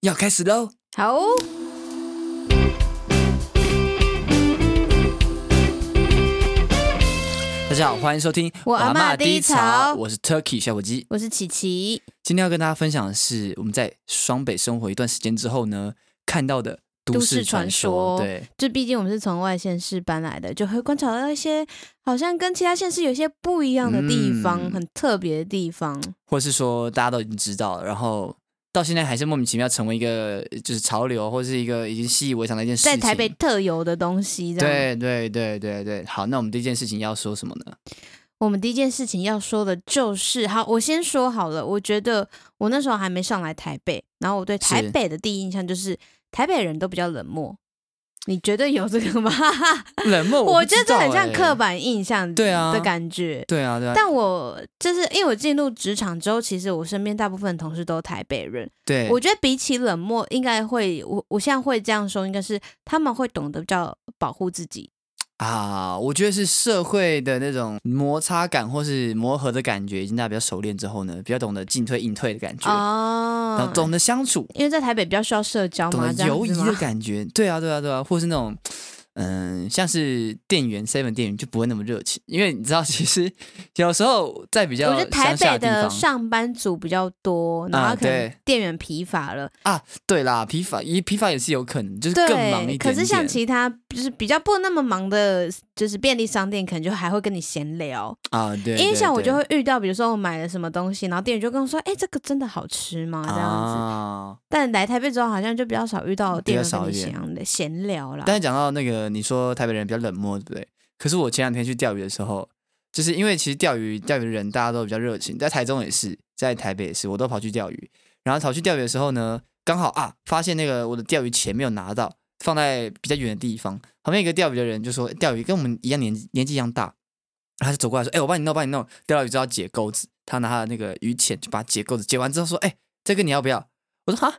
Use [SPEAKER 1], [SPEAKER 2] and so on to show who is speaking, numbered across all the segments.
[SPEAKER 1] 要开始喽！
[SPEAKER 2] 好哦，
[SPEAKER 1] 大家好，欢迎收听
[SPEAKER 2] 我阿嬷
[SPEAKER 1] 嬷
[SPEAKER 2] 低潮
[SPEAKER 1] 我是 Turkey 小火鸡。
[SPEAKER 2] 我是琪琪。
[SPEAKER 1] 今天要跟大家分享的是我们在双北生活一段时间之后呢，看到的都
[SPEAKER 2] 都
[SPEAKER 1] 市
[SPEAKER 2] 市
[SPEAKER 1] 传
[SPEAKER 2] 传
[SPEAKER 1] 说。
[SPEAKER 2] 说
[SPEAKER 1] 对，
[SPEAKER 2] 就毕竟我们是从外县市搬来的，就会观察到一些好像跟其他县市有些不一样的地方，
[SPEAKER 1] 嗯
[SPEAKER 2] 很特别的地方。
[SPEAKER 1] 或是说大家都已经知道了，然后到现在还是莫名其妙成为一个就是潮流，或是一个已经习以为常的一件事情。
[SPEAKER 2] 在台北。特有的东西，这样。
[SPEAKER 1] 对对对对对，好，那我们第一件事情要说什么呢？
[SPEAKER 2] 我们第一件事情要说的就是，好，我先说好了。我觉得我那时候还没上来台北，然后我对台
[SPEAKER 1] 是
[SPEAKER 2] 北的第一印象就是台北人都比较冷漠。你觉得有这个吗？
[SPEAKER 1] 冷漠，
[SPEAKER 2] 我
[SPEAKER 1] 不知
[SPEAKER 2] 觉得这很
[SPEAKER 1] 道
[SPEAKER 2] 像
[SPEAKER 1] 欸
[SPEAKER 2] 刻。板印象
[SPEAKER 1] 对啊
[SPEAKER 2] 的感觉。
[SPEAKER 1] 对啊对啊，
[SPEAKER 2] 但我就是因为我进入职场之后，其实我身边大部分同事都台北人，
[SPEAKER 1] 对，
[SPEAKER 2] 我觉得比起冷漠，应该会我我现在会这样说，应该是他们会懂得比较保护自己。
[SPEAKER 1] 啊，我觉得是社会的那种摩擦感或是磨合的感觉，已经大家比较熟练之后呢，比较懂得进退应退的感觉，然
[SPEAKER 2] 哦
[SPEAKER 1] 后，懂得相处，
[SPEAKER 2] 因为在台北比较需要社交
[SPEAKER 1] 懂
[SPEAKER 2] 嘛，这
[SPEAKER 1] 得
[SPEAKER 2] 样
[SPEAKER 1] 犹疑
[SPEAKER 2] 子
[SPEAKER 1] 的
[SPEAKER 2] 吗？
[SPEAKER 1] 感觉。对啊，对啊，对啊，或是那种。嗯，像是店员 seven 店员就不会那么热情，因为你知道，其实有时候在比
[SPEAKER 2] 我
[SPEAKER 1] 较
[SPEAKER 2] 觉得台
[SPEAKER 1] 乡下的
[SPEAKER 2] 北
[SPEAKER 1] 地
[SPEAKER 2] 的
[SPEAKER 1] 方
[SPEAKER 2] 上班族比较多，然
[SPEAKER 1] 啊
[SPEAKER 2] 后可能
[SPEAKER 1] 对
[SPEAKER 2] 店员疲乏了，
[SPEAKER 1] 啊，对啦，批发也批发也是有可能，就是更忙一
[SPEAKER 2] 对。
[SPEAKER 1] 点
[SPEAKER 2] 可是像
[SPEAKER 1] 点
[SPEAKER 2] 其他就是比较不那么忙的，就是便利商店，可能就还会跟你闲聊。
[SPEAKER 1] 啊，对，
[SPEAKER 2] 因为
[SPEAKER 1] 对
[SPEAKER 2] 像我就
[SPEAKER 1] 对
[SPEAKER 2] 会遇到，比如说我买了什么东西，然后店员就跟我说：“哎、这个真的好吃吗？”这样子。
[SPEAKER 1] 啊，嗯
[SPEAKER 2] 但来台北之后，好像就比较少遇到
[SPEAKER 1] 比较
[SPEAKER 2] 店员
[SPEAKER 1] 少
[SPEAKER 2] 跟你
[SPEAKER 1] 一点
[SPEAKER 2] 闲的闲聊啦。
[SPEAKER 1] 但是讲到那个，你说台北人比较冷漠，对不对？可是我前两天去钓鱼的时候，就是因为其实钓鱼钓鱼的人大家都比较热情，在台中也是，在台北也是，我都跑去钓鱼。然后跑去钓鱼的时候呢，刚好啊，发现那个我的钓鱼钱没有拿到，放在比较远的地方。旁边一个钓鱼的人就说，钓鱼跟我们一样年纪年纪一样大，然后他就走过来说，哎、我帮你弄，帮你弄。钓到鱼之后要解钩子，他拿他的那个鱼钳就把它解钩子，解完之后说，哎、这个你要不要？我说哈，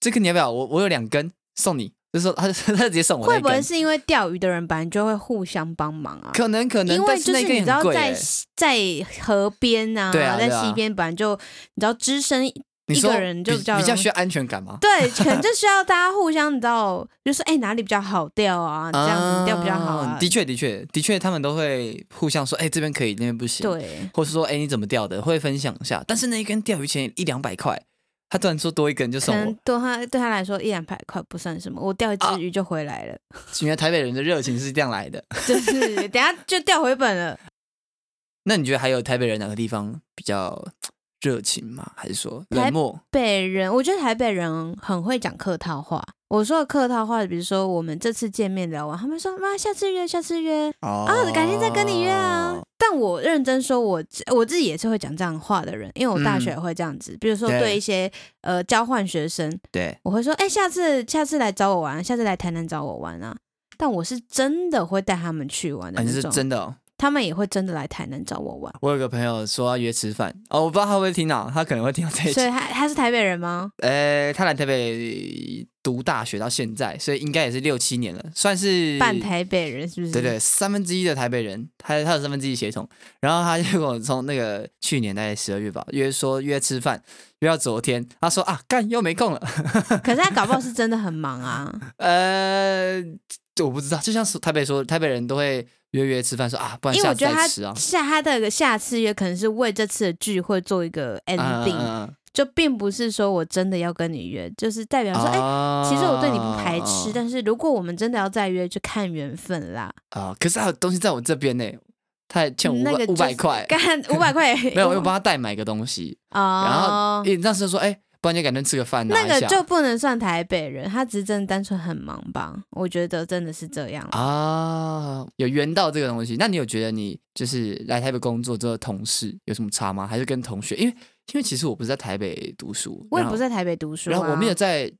[SPEAKER 1] 这个你要不要？我我有两根送你。就说他就 他就直接送我那
[SPEAKER 2] 会
[SPEAKER 1] 一根，
[SPEAKER 2] 不会是因为钓鱼的人本来就会互相帮忙啊？
[SPEAKER 1] 可能可能，
[SPEAKER 2] 因为
[SPEAKER 1] 但是
[SPEAKER 2] 就是
[SPEAKER 1] 那
[SPEAKER 2] 你
[SPEAKER 1] 个也
[SPEAKER 2] 知
[SPEAKER 1] 很
[SPEAKER 2] 道
[SPEAKER 1] 贵
[SPEAKER 2] 在
[SPEAKER 1] 欸、
[SPEAKER 2] 西在河边啊，
[SPEAKER 1] 对啊
[SPEAKER 2] 在
[SPEAKER 1] 对啊
[SPEAKER 2] 西边本来就你知道只身
[SPEAKER 1] 你
[SPEAKER 2] 一
[SPEAKER 1] 说
[SPEAKER 2] 个人就
[SPEAKER 1] 比
[SPEAKER 2] 比较
[SPEAKER 1] 比较
[SPEAKER 2] 容易
[SPEAKER 1] 需要安全感吗？
[SPEAKER 2] 对，可能就需要大家互相你知道，就说哎、哪里比较好钓啊， 这样子钓比较 好啊。
[SPEAKER 1] 嗯的确的确的确，他们都会互相说，哎、这边可以，那边不行，，
[SPEAKER 2] 对，
[SPEAKER 1] 或是说，哎、你怎么钓的，会分享一下。但是那一根钓鱼钱一两百块，他突然说多一根就
[SPEAKER 2] 可
[SPEAKER 1] 送
[SPEAKER 2] 能
[SPEAKER 1] 我，
[SPEAKER 2] 对他对他来说一两百块不算什么，我钓一只
[SPEAKER 1] 啊
[SPEAKER 2] 鱼就回来了，
[SPEAKER 1] 原来台北人的热情是这样来的。
[SPEAKER 2] 就是等下就钓回本了。
[SPEAKER 1] 那你觉得还有台北人哪个地方比较热情吗？还是说冷
[SPEAKER 2] 台
[SPEAKER 1] 漠？哦
[SPEAKER 2] 啊，改天再跟你约啊。但我认真说我，我自己也是会讲这样的话的人，因为我大学
[SPEAKER 1] 嗯
[SPEAKER 2] 会这样子，比如说
[SPEAKER 1] 对
[SPEAKER 2] 对一些呃交换学生，
[SPEAKER 1] 对，
[SPEAKER 2] 我会说，哎、下次下次来找我玩，下次来台南找我玩啊。但我是真的会带他们去玩的
[SPEAKER 1] 啊，你
[SPEAKER 2] 那
[SPEAKER 1] 是
[SPEAKER 2] 种，
[SPEAKER 1] 真的、哦。
[SPEAKER 2] 他们也会真的来台南找我 玩。
[SPEAKER 1] 我有个朋友说要约吃饭，哦，我不知道他会不会听到，他可能会听到这一集
[SPEAKER 2] 所。以他他是台北人吗？
[SPEAKER 1] 呃，他来台北读大学到现在，所以应该也是六七年了，算是
[SPEAKER 2] 半台北人是不是？
[SPEAKER 1] 对对，三分之一的台北人，他他有三分之一血统。然后他就跟我从那个去年大概十二月吧，约说约吃饭，约到昨天，他说啊干又没空了，
[SPEAKER 2] 可是他搞不好是真的很忙啊。
[SPEAKER 1] 呃，我不知道，就像是台北说，台北人都会约约吃饭，说啊，不然
[SPEAKER 2] 因为
[SPEAKER 1] 下
[SPEAKER 2] 我
[SPEAKER 1] 次
[SPEAKER 2] 觉得
[SPEAKER 1] 再
[SPEAKER 2] 他
[SPEAKER 1] 吃啊。
[SPEAKER 2] 下他的下次约可能是为这次的聚会做一个
[SPEAKER 1] 嗯
[SPEAKER 2] ending，、就并不是说我真的要跟你约，就是代
[SPEAKER 1] 啊
[SPEAKER 2] 表说，哎、其实
[SPEAKER 1] 哦
[SPEAKER 2] 我对你不排斥，但是如果我们真的要再约，就看缘分啦。
[SPEAKER 1] 啊、可是还有东西在我这边呢，他还欠我五
[SPEAKER 2] 那
[SPEAKER 1] 百
[SPEAKER 2] 个
[SPEAKER 1] 五百块，
[SPEAKER 2] 干五百块
[SPEAKER 1] 没有，我又帮他代买个东西，然后
[SPEAKER 2] 哦，
[SPEAKER 1] 你那时候说，哎、不然你改天吃个饭、啊，
[SPEAKER 2] 那
[SPEAKER 1] 一
[SPEAKER 2] 个
[SPEAKER 1] 下
[SPEAKER 2] 就不能算台北人，他只是真的单纯很忙吧？我觉得真的是这样。
[SPEAKER 1] 啊，有缘到这个东西。那你有觉得你就是来台北工作之后，同事有什么差吗？还是跟同学？因为因为其实我不是在台北读书，
[SPEAKER 2] 我也
[SPEAKER 1] 然后
[SPEAKER 2] 不，在台北读书、啊，
[SPEAKER 1] 然后我没有在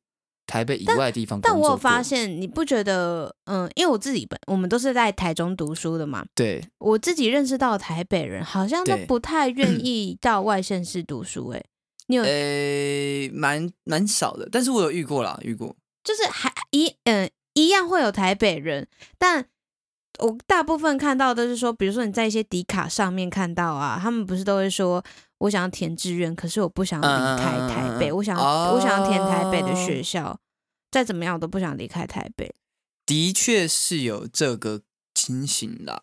[SPEAKER 1] 台北以外的地方
[SPEAKER 2] 但
[SPEAKER 1] 工
[SPEAKER 2] 我有
[SPEAKER 1] 作
[SPEAKER 2] 发
[SPEAKER 1] 过，
[SPEAKER 2] 现，你不觉得？嗯，因为我自己本我们都是在台中读书的嘛，
[SPEAKER 1] 对，
[SPEAKER 2] 我自己认识到的台北人好像都
[SPEAKER 1] 对
[SPEAKER 2] 不太愿意到外县市读书、欸。哎，你有、
[SPEAKER 1] 呃，蛮蛮少的，但是我有遇过啦，遇过。
[SPEAKER 2] 就是还一嗯一样会有台北人，但我大部分看到都是说，比如说你在一些迪卡上面看到啊，他们不是都会说我想要填志愿，可是我不想离开台北，
[SPEAKER 1] 嗯嗯嗯嗯嗯
[SPEAKER 2] 我想要、
[SPEAKER 1] 哦
[SPEAKER 2] 我想要填台北的学校，再怎么样我都不想离开台北。
[SPEAKER 1] 的确是有这个情形啦，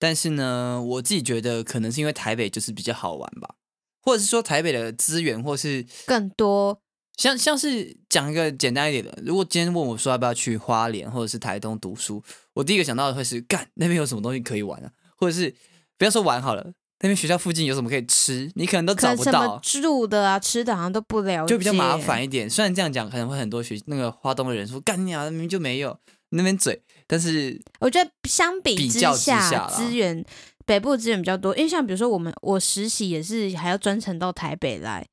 [SPEAKER 1] 但是呢，我自己觉得可能是因为台北就是比较好玩吧，或者是说台北的资源，或是
[SPEAKER 2] 更多
[SPEAKER 1] 像像是讲一个简单一点的，如果今天问我说要不要去花莲或者是台东读书，我第一个想到的会是干那边有什么东西可以玩啊，或者是不要说玩好了，那边学校附近有什么可以吃，你可能都
[SPEAKER 2] 可
[SPEAKER 1] 找
[SPEAKER 2] 能
[SPEAKER 1] 不
[SPEAKER 2] 什么
[SPEAKER 1] 到，
[SPEAKER 2] 住的啊、吃的好像都不了解，
[SPEAKER 1] 就比较麻烦。一点。虽然这样讲可能会很多学那个花东的人说干你啊，明明就没有那边嘴，但是
[SPEAKER 2] 我觉得相比
[SPEAKER 1] 比
[SPEAKER 2] 之
[SPEAKER 1] 较之下
[SPEAKER 2] 下，
[SPEAKER 1] 啦
[SPEAKER 2] 资源北部资源比较多，因为像比如说我们我实习也是还要专程到台北来，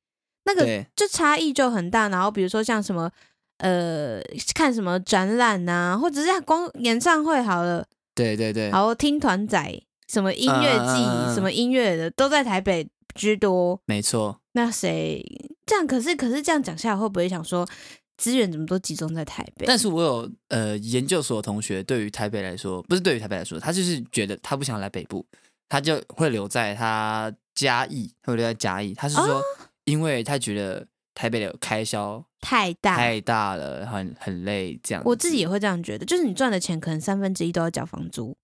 [SPEAKER 2] 那个
[SPEAKER 1] 对。
[SPEAKER 2] 这差异就很大。然后比如说像什么呃，看什么展览呐、或者是光演唱会好了，
[SPEAKER 1] 对对对，
[SPEAKER 2] 好听团仔什么音乐季、
[SPEAKER 1] 嗯嗯嗯嗯
[SPEAKER 2] 什么音乐的都在台北居多。
[SPEAKER 1] 没错，
[SPEAKER 2] 那谁这样？可是可是这样讲下来，会不会想说资源怎么都集中在台北？
[SPEAKER 1] 但是我有呃研究所的同学，对于台北来说，不是对于台北来说，他就是觉得他不想来北部，他就会留在他嘉义，他会留在嘉义。他是说，
[SPEAKER 2] 啊
[SPEAKER 1] 因为他觉得台北的开销
[SPEAKER 2] 太大，
[SPEAKER 1] 太大了，很很累这样子。
[SPEAKER 2] 我自己也会这样觉得，就是你赚的钱可能三分之一都要缴房租，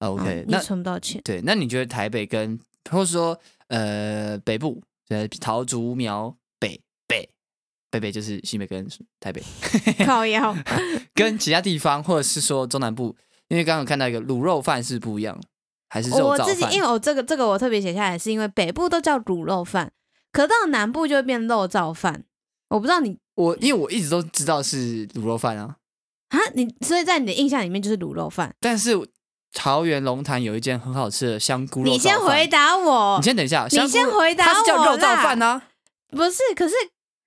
[SPEAKER 1] 啊 OK，、
[SPEAKER 2] 嗯你
[SPEAKER 1] 那
[SPEAKER 2] 存不到钱。
[SPEAKER 1] 对，那你觉得台北跟或是说呃北部，呃桃竹苗北北北北就是新北跟台北，
[SPEAKER 2] 靠 腰，
[SPEAKER 1] 跟其他地方，或者是说中南部，因为刚刚有看到一个卤肉饭是不一样，还是肉
[SPEAKER 2] 我
[SPEAKER 1] 燥
[SPEAKER 2] 自己
[SPEAKER 1] 饭？
[SPEAKER 2] 因为我这个这个我特别写下来，是因为北部都叫卤肉饭，可到南部就会变肉燥饭。我不知道你
[SPEAKER 1] 我因为我一直都知道是卤肉饭啊，
[SPEAKER 2] 啊，你所以在你的印象里面就是卤肉饭。
[SPEAKER 1] 但是桃园龙潭有一间很好吃的香菇肉
[SPEAKER 2] 你先
[SPEAKER 1] 燥饭
[SPEAKER 2] 回，答我，
[SPEAKER 1] 你先等一下，香
[SPEAKER 2] 你
[SPEAKER 1] 菇
[SPEAKER 2] 先回答我
[SPEAKER 1] 它是叫肉燥
[SPEAKER 2] 啦
[SPEAKER 1] 饭啊。
[SPEAKER 2] 不是，可是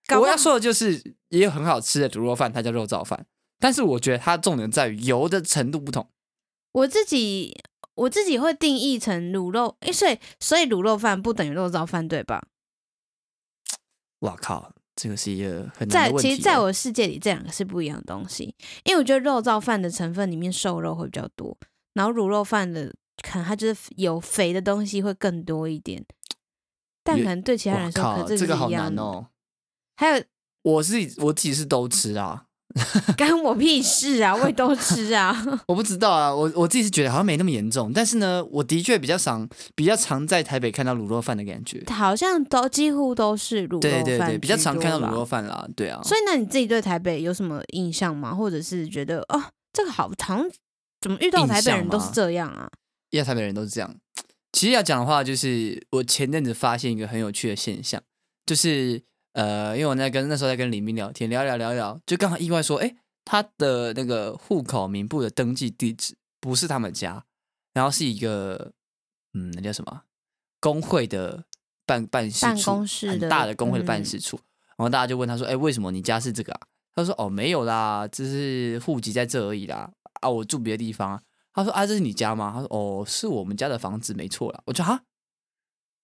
[SPEAKER 2] 搞不
[SPEAKER 1] 我
[SPEAKER 2] 好
[SPEAKER 1] 要说的就是也有很好吃的卤肉饭，它叫肉燥饭，但是我觉得它重点在于油的程度不同。
[SPEAKER 2] 我自己我自己会定义成卤肉，诶，所以所以卤肉饭不等于肉燥饭，对吧？
[SPEAKER 1] 哇靠，这个是一个很难
[SPEAKER 2] 在
[SPEAKER 1] 的问题
[SPEAKER 2] 其
[SPEAKER 1] 耶。
[SPEAKER 2] 实，在我世界里，这两个是不一样的东西。因为我觉得肉燥饭的成分里面瘦肉会比较多，然后卤肉饭的可能它就是有肥的东西会更多一点。但
[SPEAKER 1] 也
[SPEAKER 2] 可能对其他人
[SPEAKER 1] 哇
[SPEAKER 2] 来说，可
[SPEAKER 1] 靠，
[SPEAKER 2] 能
[SPEAKER 1] 这
[SPEAKER 2] 这是
[SPEAKER 1] 个好
[SPEAKER 2] 一样
[SPEAKER 1] 难
[SPEAKER 2] 的。
[SPEAKER 1] 哦。
[SPEAKER 2] 还 有
[SPEAKER 1] 我自己我自己是都吃啊，
[SPEAKER 2] 干我屁事啊！我也都吃啊。
[SPEAKER 1] 我不知道啊，我我自己是觉得好像没那么严重，但是呢，我的确比较常比较常在台北看到卤肉饭的感觉。
[SPEAKER 2] 好像都几乎都是卤肉
[SPEAKER 1] 对
[SPEAKER 2] 饭，
[SPEAKER 1] 对对，比较常看到卤肉。饭啦，对啊。
[SPEAKER 2] 所以，那你自己对台北有什么印象吗？或者是觉得哦，这个好长，好像怎么遇到
[SPEAKER 1] 印
[SPEAKER 2] 台北
[SPEAKER 1] 象
[SPEAKER 2] 人都
[SPEAKER 1] 吗
[SPEAKER 2] 是这样啊？
[SPEAKER 1] 因为台北人都是这样。其实要讲的话，就是我前阵子发现一个很有趣的现象，就是呃，因为我在跟那时候在跟李明聊天，聊一聊聊一聊，就刚好意外说，哎，他的那个户口名簿的登记地址不是他们家，然后是一个嗯，那叫什么啊工会的办办事处
[SPEAKER 2] 办公室的
[SPEAKER 1] 很大的工会的办
[SPEAKER 2] 嗯
[SPEAKER 1] 事处，然后大家就问他说，哎，为什么你家是这个啊？他说：“哦，没有啦，只是户籍在这而已啦。啊，我住别的地方啊。”他说：“啊，这是你家吗？”他说：“哦，是我们家的房子，没错啦。”我就哈，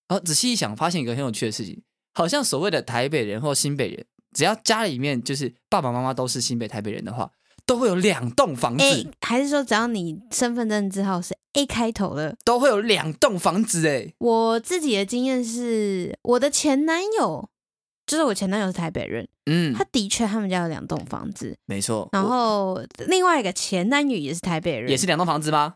[SPEAKER 1] 然后仔细一想，发现一个很有趣的事情，好像所谓的台北人或新北人，只要家里面就是爸爸妈妈都是新北、台北人的话，都会有两栋房子，
[SPEAKER 2] A 还是说只要你身份证字号是 A 开头的？
[SPEAKER 1] 都会有两栋房子哎。
[SPEAKER 2] 我自己的经验是，我的前男友，就是我前男友是台北人，
[SPEAKER 1] 嗯
[SPEAKER 2] 他，的确他们家有两栋房子，
[SPEAKER 1] 没错。
[SPEAKER 2] 然
[SPEAKER 1] 我
[SPEAKER 2] 后另外一个前男友也是台北人，
[SPEAKER 1] 也是两栋房子吗？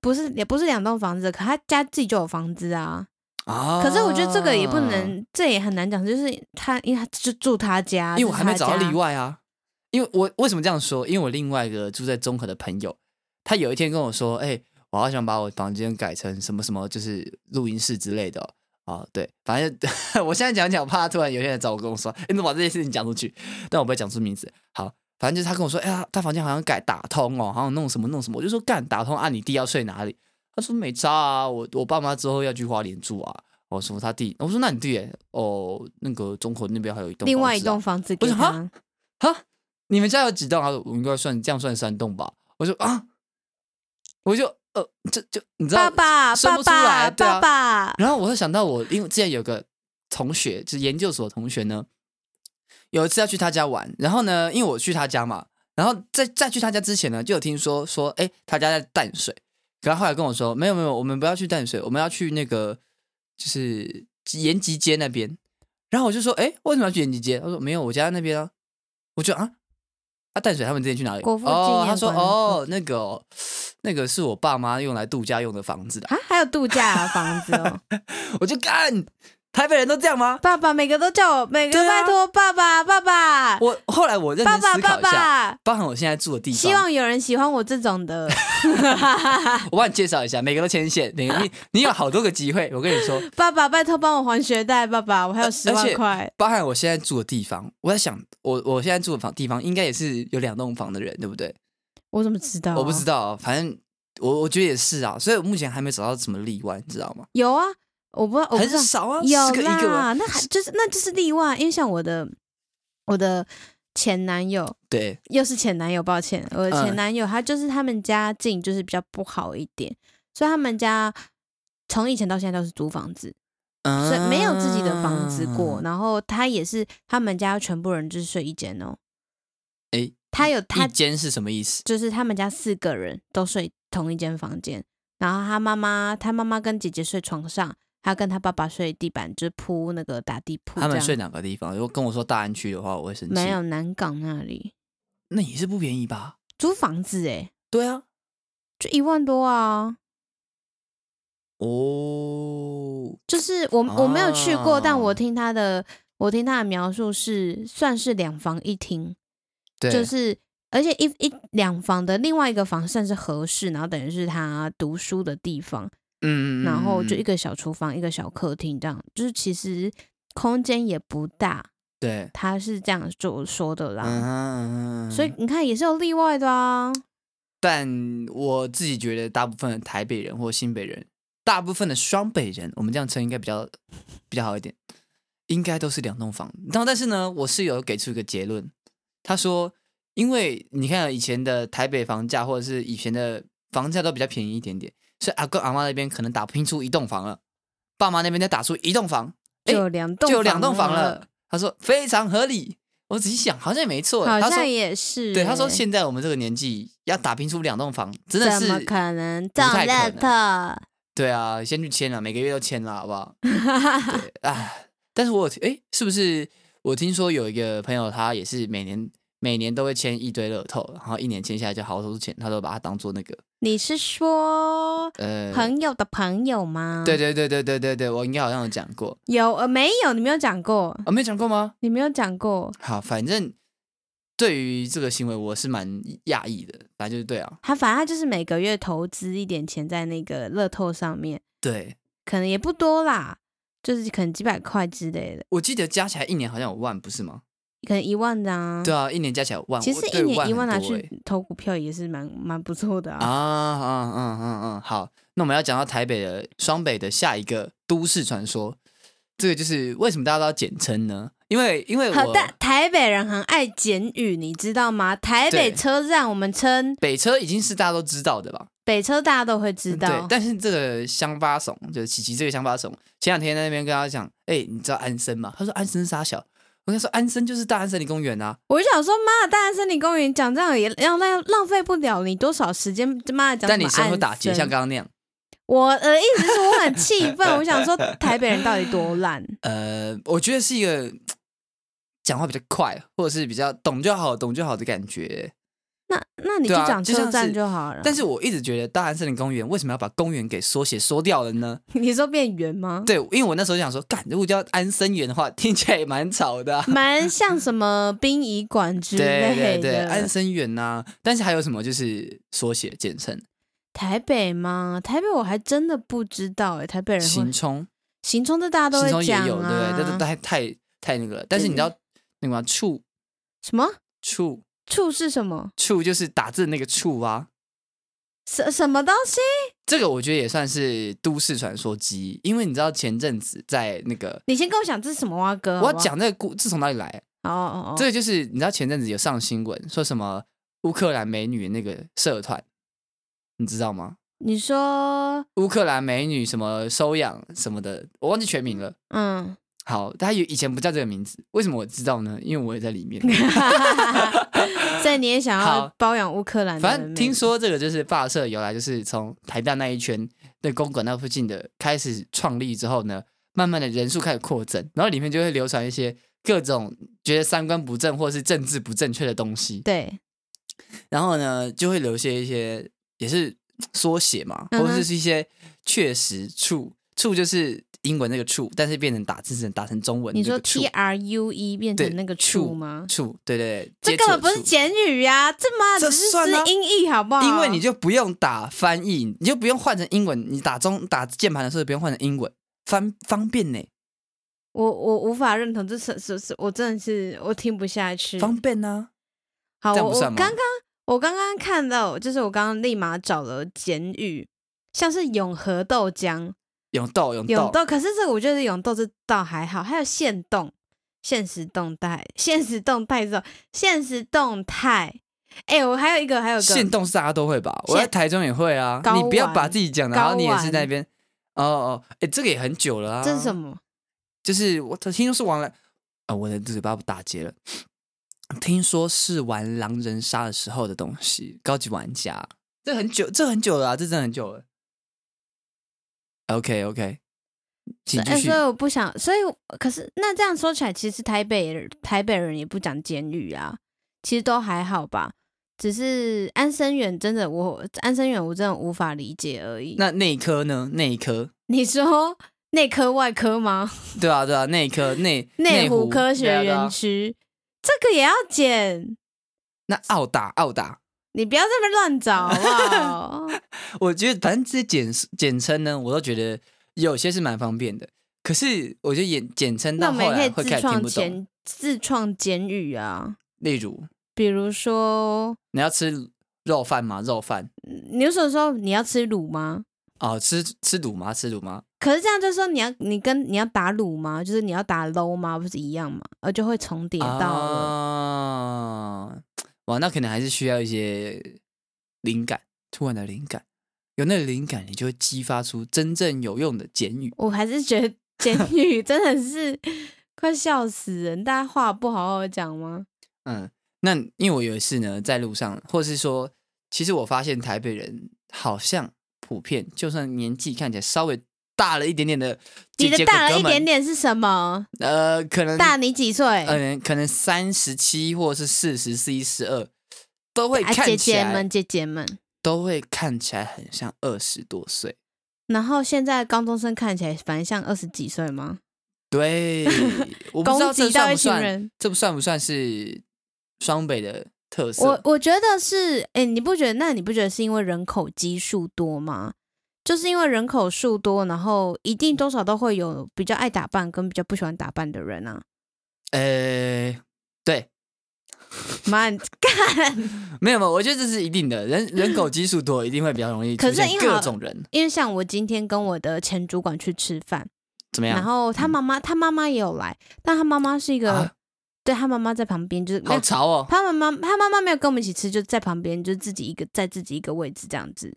[SPEAKER 2] 不是也不是两栋房子，可他家自己就有房子啊。
[SPEAKER 1] 啊，
[SPEAKER 2] 可是我觉得这个也
[SPEAKER 1] 哦
[SPEAKER 2] 不能，这也很难讲，就是他因为他啊就住他家，
[SPEAKER 1] 因为我还没找到例
[SPEAKER 2] 外。
[SPEAKER 1] 外啊。因为我为什么这样说？因为我另外一个住在中和的朋友，他有一天跟我说：“哎、我好想把我房间改成什么什么，就是录音室之类的哦。”哦，对，反正 我现在讲讲，怕他突然有些人找我跟我说：“哎、你怎么把这件事情讲出去？”但我不会讲出名字。好，反正就是他跟我说：“哎、呀，他房间好像改打通哦，好像弄什么弄什么。”我就说：“干，打通啊，你弟要睡哪里？”他说：“没差啊，我我爸妈之后要去花莲住啊。”我说：“他弟。”我说：“那你弟耶？哦，那个中和那边还有一栋、啊
[SPEAKER 2] 另外一栋。”房子给
[SPEAKER 1] 我想
[SPEAKER 2] 他
[SPEAKER 1] 啊，哈，你们家有几栋？他说我应该算这样算三栋吧。我说啊，我就呃，这就你知道
[SPEAKER 2] 爸爸，
[SPEAKER 1] 生
[SPEAKER 2] 爸
[SPEAKER 1] 不出来
[SPEAKER 2] 爸，
[SPEAKER 1] 对啊
[SPEAKER 2] 爸爸，
[SPEAKER 1] 然后我就想到我，因为之前有个同学，就是研究所同学呢，有一次要去他家玩，然后呢，因为我去他家嘛，然后在在去他家之前呢，就有听说说，哎，他家在淡水，可他后来跟我说，没有没有，我们不要去淡水，我们要去那个就是延吉街那边，然后我就说，哎，为什么要去延吉街？他说没有，我家在那边啊。我就啊啊淡水他们之前去哪里？
[SPEAKER 2] 国父纪
[SPEAKER 1] 哦，
[SPEAKER 2] 念
[SPEAKER 1] 他说
[SPEAKER 2] 馆
[SPEAKER 1] 哦那个哦那个是我爸妈用来度假用的房子的，
[SPEAKER 2] 啊，还有度假、啊、房子哦。
[SPEAKER 1] 我就干，台北人都这样吗？
[SPEAKER 2] 爸爸每个都叫我，每个
[SPEAKER 1] 对啊
[SPEAKER 2] 拜托爸爸爸爸
[SPEAKER 1] 我后来我认
[SPEAKER 2] 爸
[SPEAKER 1] 真
[SPEAKER 2] 爸
[SPEAKER 1] 思
[SPEAKER 2] 爸
[SPEAKER 1] 考一下，
[SPEAKER 2] 爸，
[SPEAKER 1] 包含我现在住的地
[SPEAKER 2] 希
[SPEAKER 1] 方，
[SPEAKER 2] 望有人喜欢我这 种的。
[SPEAKER 1] 我帮你介绍一下，每个都牵线， 每个你你有好多个机会，我跟你说，
[SPEAKER 2] 爸爸，拜托帮我还学贷，爸爸，我还有十
[SPEAKER 1] 而
[SPEAKER 2] 万
[SPEAKER 1] 且
[SPEAKER 2] 块。
[SPEAKER 1] 包含我现在住的地方，我在想，我我现在住的房地方应该也是有两栋房的人，对不对？
[SPEAKER 2] 我怎么知道、
[SPEAKER 1] 我不知
[SPEAKER 2] 道。
[SPEAKER 1] 道啊，反正我我觉得也是啊，所以我目前还没找到什么例外，你知道吗？
[SPEAKER 2] 有啊，我不，我不
[SPEAKER 1] 很
[SPEAKER 2] 知道。
[SPEAKER 1] 少啊，
[SPEAKER 2] 有
[SPEAKER 1] 十个一个啊，
[SPEAKER 2] 啦，那还就是那就是例外，因为像我的我的前男友，
[SPEAKER 1] 对，
[SPEAKER 2] 又是前男友，抱歉，我的前
[SPEAKER 1] 嗯
[SPEAKER 2] 男友、他就是他们家境就是比较不好一点，所以他们家从以前到现在都是租房子，所以
[SPEAKER 1] 嗯，
[SPEAKER 2] 没有自己的房子过。。
[SPEAKER 1] 啊
[SPEAKER 2] 然后他也是他们家全部人就是睡一间哦，
[SPEAKER 1] 诶
[SPEAKER 2] 他有他
[SPEAKER 1] 一间是什么意思？
[SPEAKER 2] 就是他们家四个人都睡同一间房间，然后他妈妈，他妈妈跟姐姐睡床上，他跟他爸爸睡地板，就是铺那个打地铺这
[SPEAKER 1] 他
[SPEAKER 2] 样。
[SPEAKER 1] 们睡哪个地方？如果跟我说大安区的话，我会生气。
[SPEAKER 2] 没有，南港那里
[SPEAKER 1] 那也是不便宜吧？
[SPEAKER 2] 租房子诶、
[SPEAKER 1] 对啊，
[SPEAKER 2] 就一万多啊。
[SPEAKER 1] 哦，
[SPEAKER 2] 就是我我没有去过，
[SPEAKER 1] 哦
[SPEAKER 2] 但我听他的我听他的描述是算是两房一厅，
[SPEAKER 1] 对，
[SPEAKER 2] 就是而且一一两房的另外一个房算是合适，然后等于是他读书的地方，
[SPEAKER 1] 嗯，嗯嗯
[SPEAKER 2] 然后就
[SPEAKER 1] 嗯
[SPEAKER 2] 一个小厨房，一个小客厅，这样就是其实空间也不大，
[SPEAKER 1] 对，
[SPEAKER 2] 他是这样就说的
[SPEAKER 1] 嗯哼
[SPEAKER 2] 啦。
[SPEAKER 1] 嗯哼
[SPEAKER 2] 所以你看也是有例外的啊，
[SPEAKER 1] 但我自己觉得，大部分的台北人或新北人，大部分的双北人，我们这样称应该比较比较好一点，应该都是两栋房。然后，但是呢，我室友给出一个结论，他说，因为你看以前的台北房价或者是以前的房价都比较便宜一点点，所以阿公阿妈那边可能打拼出一栋房了，爸妈那边再打出一栋房，诶
[SPEAKER 2] 就有两栋
[SPEAKER 1] 就有两栋
[SPEAKER 2] 房
[SPEAKER 1] 房了。他说非常合理。我仔细想，好像也没错。
[SPEAKER 2] 好
[SPEAKER 1] 他说
[SPEAKER 2] 像也是欸、
[SPEAKER 1] 对，他说现在我们这个年纪要打拼出两栋房，真的
[SPEAKER 2] 怎
[SPEAKER 1] 是
[SPEAKER 2] 么可能中
[SPEAKER 1] 太可
[SPEAKER 2] 乐
[SPEAKER 1] 能
[SPEAKER 2] 透？
[SPEAKER 1] 对啊，先去签了，每个月都签了，好不好？对，哎，但是我有哎，是不是我听说有一个朋友，他也是每年每年都会签一堆乐透，然后一年签下来就好多钱，他都把它当做那个
[SPEAKER 2] 你是说
[SPEAKER 1] 呃，
[SPEAKER 2] 朋友的朋友吗？
[SPEAKER 1] 对，对对对对对对，我应该好像有讲过
[SPEAKER 2] 有呃没有？你没有讲过，
[SPEAKER 1] 啊，没有讲过吗？
[SPEAKER 2] 你没有讲过。
[SPEAKER 1] 好，反正对于这个行为我是蛮讶异的，反正就是对啊，
[SPEAKER 2] 他反正他就是每个月投资一点钱在那个乐透上面，
[SPEAKER 1] 对
[SPEAKER 2] 可能也不多啦，就是可能几百块之类的，
[SPEAKER 1] 我记得加起来一年好像有万，不是吗？
[SPEAKER 2] 可能一万的啊。
[SPEAKER 1] 对啊，一年加起来有万，
[SPEAKER 2] 其
[SPEAKER 1] 我
[SPEAKER 2] 实
[SPEAKER 1] 对
[SPEAKER 2] 一年一
[SPEAKER 1] 很
[SPEAKER 2] 万拿
[SPEAKER 1] 多欸
[SPEAKER 2] 去投股票也是蛮蛮不错的
[SPEAKER 1] 啊
[SPEAKER 2] 啊。
[SPEAKER 1] 啊嗯嗯嗯，好，那我们要讲到台北的双北的下一个都市传说，这个就是为什么大家都要简称呢？因为因为
[SPEAKER 2] 好
[SPEAKER 1] 我
[SPEAKER 2] 的，台北人很爱简语，你知道吗？台北
[SPEAKER 1] 对
[SPEAKER 2] 车站我们称
[SPEAKER 1] 北车已经是大家都知道的吧？
[SPEAKER 2] 北车，大家都会知
[SPEAKER 1] 嗯对
[SPEAKER 2] 道，。
[SPEAKER 1] 但是这个乡巴怂就是琪琪这个乡巴怂，前两天在那边跟他讲，哎、你知道安生吗？他说安生傻小，我跟他说安生就是大安森林公园啊，
[SPEAKER 2] 我就想说，妈，大安森林公园讲这样也浪浪浪费不了你多少时间，他妈的讲
[SPEAKER 1] 但你
[SPEAKER 2] 什
[SPEAKER 1] 舌
[SPEAKER 2] 么
[SPEAKER 1] 头
[SPEAKER 2] 安
[SPEAKER 1] 打结，
[SPEAKER 2] 森
[SPEAKER 1] 像刚刚那样。
[SPEAKER 2] 我的意思是我很气愤，我想说台北人到底多烂？
[SPEAKER 1] 呃，我觉得是一个讲话比较快，或者是比较懂就好，懂就好的感觉。
[SPEAKER 2] 那那你就
[SPEAKER 1] 对啊
[SPEAKER 2] 讲
[SPEAKER 1] 就像
[SPEAKER 2] 车站
[SPEAKER 1] 是
[SPEAKER 2] 就好了。
[SPEAKER 1] 但是我一直觉得大安森林公园为什么要把公园给缩写缩掉了呢？
[SPEAKER 2] 你说变圆吗？
[SPEAKER 1] 对，因为我那时候就想说，干，如果叫安森园的话，听起来也蛮吵的啊、
[SPEAKER 2] 蛮像什么殡仪馆之
[SPEAKER 1] 对
[SPEAKER 2] 类
[SPEAKER 1] 对
[SPEAKER 2] 的。
[SPEAKER 1] 对，安森园呐、但是还有什么就是缩写简称
[SPEAKER 2] 台北吗？台北我还真的不知道哎、台北人
[SPEAKER 1] 行
[SPEAKER 2] 会
[SPEAKER 1] 冲，
[SPEAKER 2] 行冲这大家都
[SPEAKER 1] 行
[SPEAKER 2] 会
[SPEAKER 1] 冲也
[SPEAKER 2] 讲
[SPEAKER 1] 有，对不对？
[SPEAKER 2] 啊。
[SPEAKER 1] 这都太太太那个了。但是你知道那个吗？处
[SPEAKER 2] 什么
[SPEAKER 1] 处
[SPEAKER 2] 处是什么？
[SPEAKER 1] 处就是打字的那个处啊，
[SPEAKER 2] 什什么东西？
[SPEAKER 1] 这个我觉得也算是都市传说之一，因为你知道前阵子在那个。
[SPEAKER 2] 你先跟我讲这是什么蛙哥？
[SPEAKER 1] 我
[SPEAKER 2] 好
[SPEAKER 1] 要
[SPEAKER 2] 不好
[SPEAKER 1] 讲这个故是从哪里来？
[SPEAKER 2] 哦嗯哦哦，
[SPEAKER 1] 这个就是你知道前阵子有上新闻说什么乌克兰美女那个社团，你知道吗？
[SPEAKER 2] 你说
[SPEAKER 1] 乌克兰美女什么收养什么的，我忘记全名了。
[SPEAKER 2] 嗯，
[SPEAKER 1] 好，她以以前不叫这个名字，为什么我知道呢？因为我也在里面。
[SPEAKER 2] 所以你也想要
[SPEAKER 1] 好
[SPEAKER 2] 包养乌克兰的妹妹？
[SPEAKER 1] 反正听说这个就是霸社由来，就是从台大那一圈的公馆那附近的开始创立之后呢，慢慢的人数开始扩增，然后里面就会流传一些各种觉得三观不正或是政治不正确的东西，
[SPEAKER 2] 对，
[SPEAKER 1] 然后呢就会留下一些也是缩写嘛，
[SPEAKER 2] 嗯哼
[SPEAKER 1] 或者是一些确实处处就是英文那个处，但是变成打字成打成中文
[SPEAKER 2] 你
[SPEAKER 1] 那个
[SPEAKER 2] 说
[SPEAKER 1] 处
[SPEAKER 2] T R U E 变
[SPEAKER 1] 对
[SPEAKER 2] 成那个
[SPEAKER 1] 处
[SPEAKER 2] 处吗？
[SPEAKER 1] 处对对对，
[SPEAKER 2] 这
[SPEAKER 1] 接
[SPEAKER 2] 根
[SPEAKER 1] 触的
[SPEAKER 2] 本不是
[SPEAKER 1] 处
[SPEAKER 2] 简语啊，这嘛
[SPEAKER 1] 这
[SPEAKER 2] 只是
[SPEAKER 1] 算啊
[SPEAKER 2] 是音译好不好？
[SPEAKER 1] 因为你就不用打翻译，你就不用换成英文，你打中打键盘的时候不用换成英文，方方便呢、
[SPEAKER 2] 嗯我我无法认同，这是是是，我真的是我听不下去。
[SPEAKER 1] 方便啊呢、
[SPEAKER 2] 好，
[SPEAKER 1] 这样
[SPEAKER 2] 我
[SPEAKER 1] 不
[SPEAKER 2] 我
[SPEAKER 1] 算
[SPEAKER 2] 刚
[SPEAKER 1] 吗
[SPEAKER 2] 刚我刚刚看到，就是我刚刚立马找了简语，像是永和豆浆、
[SPEAKER 1] 永豆永
[SPEAKER 2] 永
[SPEAKER 1] 豆，
[SPEAKER 2] 豆，可是这个我觉得永豆这倒还好，还有现动、现实动态、现实动态这种现实动态。哎、我还有一个，还有一
[SPEAKER 1] 现
[SPEAKER 2] 个
[SPEAKER 1] 动是大家都会吧？我在
[SPEAKER 2] 现
[SPEAKER 1] 台中也会啊
[SPEAKER 2] 高，
[SPEAKER 1] 你不要
[SPEAKER 2] 玩
[SPEAKER 1] 把自己讲的，然后
[SPEAKER 2] 高
[SPEAKER 1] 你也是
[SPEAKER 2] 玩
[SPEAKER 1] 在那边。哦哦，哎、这个也很久了啊。
[SPEAKER 2] 这是什
[SPEAKER 1] 么？
[SPEAKER 2] 么？
[SPEAKER 1] 就是我听说是玩了，啊、我的嘴巴打结了。听说是玩狼人杀的时候的东西，高级玩家，这很久，这很久了啊，这真的很久了。OK OK，请
[SPEAKER 2] 哎、
[SPEAKER 1] 继续
[SPEAKER 2] 所。以我不想，所以可是那这样说起来，其实台北人台北人也不讲简语啊，其实都还好吧。只是安生远真的我安生远我真的无法理解而已。
[SPEAKER 1] 那内科呢？内科，
[SPEAKER 2] 你说内科外科吗？
[SPEAKER 1] 对啊对啊，内科内
[SPEAKER 2] 内湖
[SPEAKER 1] 湖
[SPEAKER 2] 科学
[SPEAKER 1] 对啊对啊
[SPEAKER 2] 园区、这个也要剪，
[SPEAKER 1] 那澳打澳打，
[SPEAKER 2] 你不要这么乱找好不 好？
[SPEAKER 1] 我觉得反正这些简简称呢，我都觉得有些是蛮方便的。可是我觉得简简称
[SPEAKER 2] 那
[SPEAKER 1] 到
[SPEAKER 2] 我们
[SPEAKER 1] 后
[SPEAKER 2] 也
[SPEAKER 1] 来
[SPEAKER 2] 可
[SPEAKER 1] 会
[SPEAKER 2] 以
[SPEAKER 1] 开
[SPEAKER 2] 自
[SPEAKER 1] 始听
[SPEAKER 2] 创
[SPEAKER 1] 不懂。
[SPEAKER 2] 简自创简语啊，
[SPEAKER 1] 例如，
[SPEAKER 2] 比如说，嗯
[SPEAKER 1] 你要吃肉饭吗？肉饭
[SPEAKER 2] 你有时候说你要吃卤吗？
[SPEAKER 1] 哦，吃吃卤吗？吃卤吗？
[SPEAKER 2] 可是这样就是说你要你跟你要打卤吗？就是你要打 low 吗？不是一样吗？呃，就会重叠到了。
[SPEAKER 1] 啊，哇，那可能还是需要一些灵感，突然的灵感。有那个灵感，你就会激发出真正有用的简语。
[SPEAKER 2] 我还是觉得简语真的是快笑死人，大家话不好好讲吗？
[SPEAKER 1] 嗯，那因为我有一次呢，在路上，或是说，其实我发现台北人好像普遍，就算年纪看起来稍微大了一点点的姐
[SPEAKER 2] 你
[SPEAKER 1] 姐
[SPEAKER 2] 的
[SPEAKER 1] 哥
[SPEAKER 2] 大
[SPEAKER 1] 哥
[SPEAKER 2] 了一
[SPEAKER 1] 们
[SPEAKER 2] 点，点是什么？
[SPEAKER 1] 呃，可能
[SPEAKER 2] 大你几岁？
[SPEAKER 1] 呃，可能三十七或是四十、四一、十二，都会
[SPEAKER 2] 啊，
[SPEAKER 1] 看
[SPEAKER 2] 姐
[SPEAKER 1] 起
[SPEAKER 2] 姐
[SPEAKER 1] 来
[SPEAKER 2] 们，姐姐们。
[SPEAKER 1] 都会看起来很像二十多岁。
[SPEAKER 2] 然后现在高中生看起来反正像二十几岁吗？
[SPEAKER 1] 对，我不知道
[SPEAKER 2] 攻
[SPEAKER 1] 这
[SPEAKER 2] 击到
[SPEAKER 1] 算不
[SPEAKER 2] 一群
[SPEAKER 1] 算，
[SPEAKER 2] 人，
[SPEAKER 1] 这不算不算是双北的特色？
[SPEAKER 2] 我我觉得是，哎、你不觉得？那你不觉得是因为人口基数多吗？就是因为人口数多，然后一定多少都会有比较爱打扮跟比较不喜欢打扮的人啊。
[SPEAKER 1] 呃，对，
[SPEAKER 2] 妈，你干！
[SPEAKER 1] 没有没有，我觉得这是一定的，人人口基数多，一定会比较容易
[SPEAKER 2] 可
[SPEAKER 1] 出
[SPEAKER 2] 是
[SPEAKER 1] 现
[SPEAKER 2] 因为
[SPEAKER 1] 各
[SPEAKER 2] 好
[SPEAKER 1] 种人，
[SPEAKER 2] 因为像我今天跟我的前主管去吃饭，
[SPEAKER 1] 怎么样？嗯
[SPEAKER 2] 然后他妈妈，他妈妈也有来，但他妈妈是一个，
[SPEAKER 1] 啊
[SPEAKER 2] 对他妈妈在旁边，就是没
[SPEAKER 1] 好
[SPEAKER 2] 有
[SPEAKER 1] 潮哦，
[SPEAKER 2] 他妈妈，他妈妈没有跟我们一起吃，就在旁边，就自己一个在自己一个位置这样子。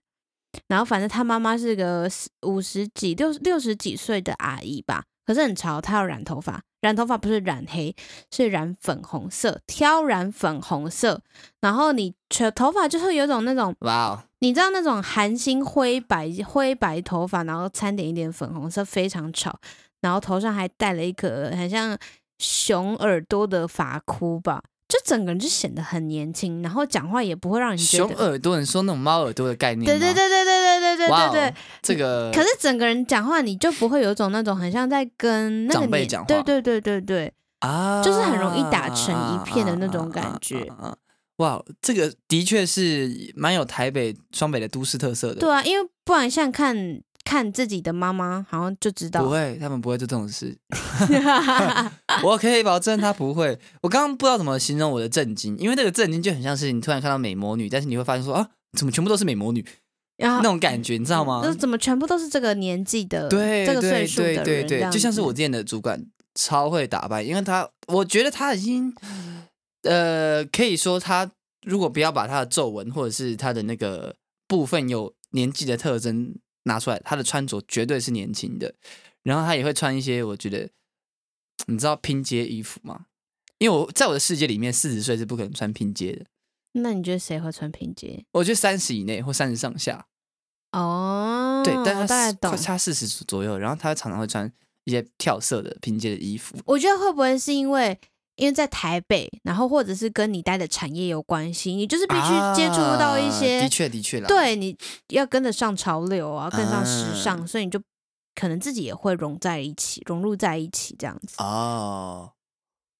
[SPEAKER 2] 然后反正他妈妈是个五十几、六六十几岁的阿姨吧，可是很潮，她要染头发，染头发不是染黑，是染粉红色，挑染粉红色。然后你全头发就是有种那种，
[SPEAKER 1] 哇哦，
[SPEAKER 2] 你知道那种韩星灰白灰白头发，然后掺点一点粉红色，非常潮。然后头上还戴了一个很像熊耳朵的发箍吧，就整个人就显得很年轻，然后讲话也不会让你觉
[SPEAKER 1] 熊
[SPEAKER 2] 得。
[SPEAKER 1] 耳朵，你说那种猫耳朵的概念吗？
[SPEAKER 2] 对对对对对对对
[SPEAKER 1] 哇
[SPEAKER 2] 对
[SPEAKER 1] 哦，
[SPEAKER 2] 对
[SPEAKER 1] 这个
[SPEAKER 2] 可是整个人讲话，你就不会有种那种很像在跟那个
[SPEAKER 1] 长辈
[SPEAKER 2] 年
[SPEAKER 1] 讲话
[SPEAKER 2] 对对对对对，
[SPEAKER 1] 啊，
[SPEAKER 2] 就是很容易打成一片的那种感觉
[SPEAKER 1] 啊。啊啊啊啊哇，这个的确是蛮有台北、双北的都市特色的。
[SPEAKER 2] 对啊，因为不然像看看自己的妈妈，好像就知
[SPEAKER 1] 不
[SPEAKER 2] 道。
[SPEAKER 1] 会，他们不会做这种 事。我可以保证他不会。我刚刚不知道怎么形容我的震惊，因为那个震惊就很像是你突然看到美魔女，但是你会发现说啊，怎么全部都是美魔女
[SPEAKER 2] 然后
[SPEAKER 1] 那种感觉，你知道吗？
[SPEAKER 2] 就怎么全部都是这个年纪的，
[SPEAKER 1] 对
[SPEAKER 2] 这个岁
[SPEAKER 1] 对
[SPEAKER 2] 数的
[SPEAKER 1] 对
[SPEAKER 2] 人
[SPEAKER 1] 对
[SPEAKER 2] 这
[SPEAKER 1] 对，
[SPEAKER 2] 样
[SPEAKER 1] 就像是
[SPEAKER 2] 子
[SPEAKER 1] 我之前的主管超会打扮，因为他我觉得他已经
[SPEAKER 2] 嗯
[SPEAKER 1] 呃，可以说他如果不要把他的皱纹或者是他的那个部分有年纪的特征拿出来，他的穿着绝对是年轻的。然后他也会穿一些我觉得你知道拼接衣服吗？因为我在我的世界里面，四十岁是不可能穿拼接的。
[SPEAKER 2] 那你觉得谁会穿平街？
[SPEAKER 1] 我觉得三十以内或三十上下，
[SPEAKER 2] 哦，
[SPEAKER 1] 对，但
[SPEAKER 2] 嗯
[SPEAKER 1] 他
[SPEAKER 2] 我大概
[SPEAKER 1] 是
[SPEAKER 2] 懂
[SPEAKER 1] 快。差四十左右，然后他常常会穿一些跳色的拼接的衣服。
[SPEAKER 2] 我觉得会不会是因为因为在台北，然后或者是跟你待的产业有关系，你就是必须接触到一些，
[SPEAKER 1] 啊的确的确啦，
[SPEAKER 2] 对，你要跟得上潮流啊，跟上时尚，
[SPEAKER 1] 嗯
[SPEAKER 2] 所以你就可能自己也会融在一起，融入在一起这样子。
[SPEAKER 1] 哦，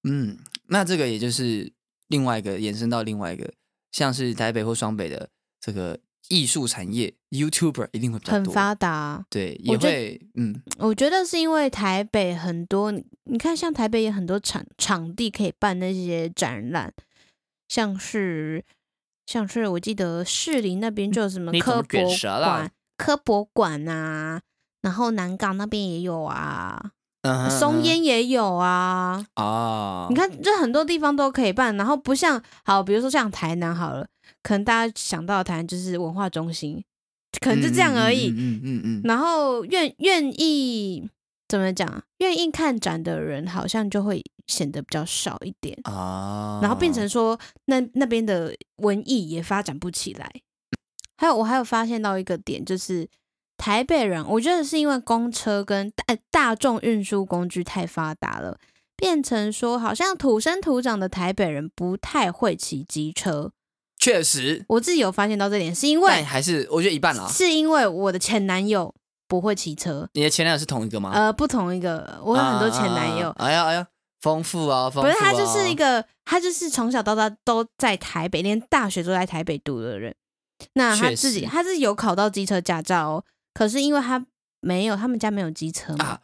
[SPEAKER 1] 嗯，那这个也就是另外一个延伸到另外一个，像是台北或双北的这个艺术产业，YouTuber 一定会比较
[SPEAKER 2] 很
[SPEAKER 1] 多，
[SPEAKER 2] 发达，啊
[SPEAKER 1] 对，
[SPEAKER 2] 我
[SPEAKER 1] 也
[SPEAKER 2] 觉得
[SPEAKER 1] 会，嗯，
[SPEAKER 2] 我觉得是因为台北很多，你你看像台北也很多场场地可以办那些展览，像是像是我记得士林那边就有什么
[SPEAKER 1] 你怎
[SPEAKER 2] 科
[SPEAKER 1] 么
[SPEAKER 2] 博
[SPEAKER 1] 卷舌啦
[SPEAKER 2] 馆、科博馆啊，然后南港那边也有啊，
[SPEAKER 1] 嗯哼
[SPEAKER 2] 松烟也有啊，
[SPEAKER 1] 啊，
[SPEAKER 2] 你，看，这很多地方都可以办，然后不像好，比如说像台南好了，可能大家想到的台南就是文化中心，可能就这样而已。
[SPEAKER 1] 嗯嗯嗯嗯嗯嗯
[SPEAKER 2] 然后愿愿意怎么讲啊，愿意看展的人好像就会显得比较少一点，
[SPEAKER 1] 嗯啊，
[SPEAKER 2] 然后变成说那那边的文艺也发展不起来。还有我还有发现到一个点，就是台北人，我觉得是因为公车跟大大众运输工具太发达了，变成说好像土生土长的台北人不太会骑机车。
[SPEAKER 1] 确实，
[SPEAKER 2] 我自己有发现到这点，是因
[SPEAKER 1] 但
[SPEAKER 2] 为
[SPEAKER 1] 还是我觉得一半啦。
[SPEAKER 2] 是因为我的前男友不会骑车，
[SPEAKER 1] 你的前男友是同一个吗？
[SPEAKER 2] 呃，不同一个，我有很多前男友
[SPEAKER 1] 啊，哎呀哎呀，丰富啊，丰富、
[SPEAKER 2] 不
[SPEAKER 1] 啊。
[SPEAKER 2] 是他就是一个，他就是从小到大都在台北，连大学都在台北读的人。那他
[SPEAKER 1] 确
[SPEAKER 2] 自己
[SPEAKER 1] 实
[SPEAKER 2] 他是有考到机车驾照哦，可是因为他没有，他们家没有机车嘛，
[SPEAKER 1] 啊，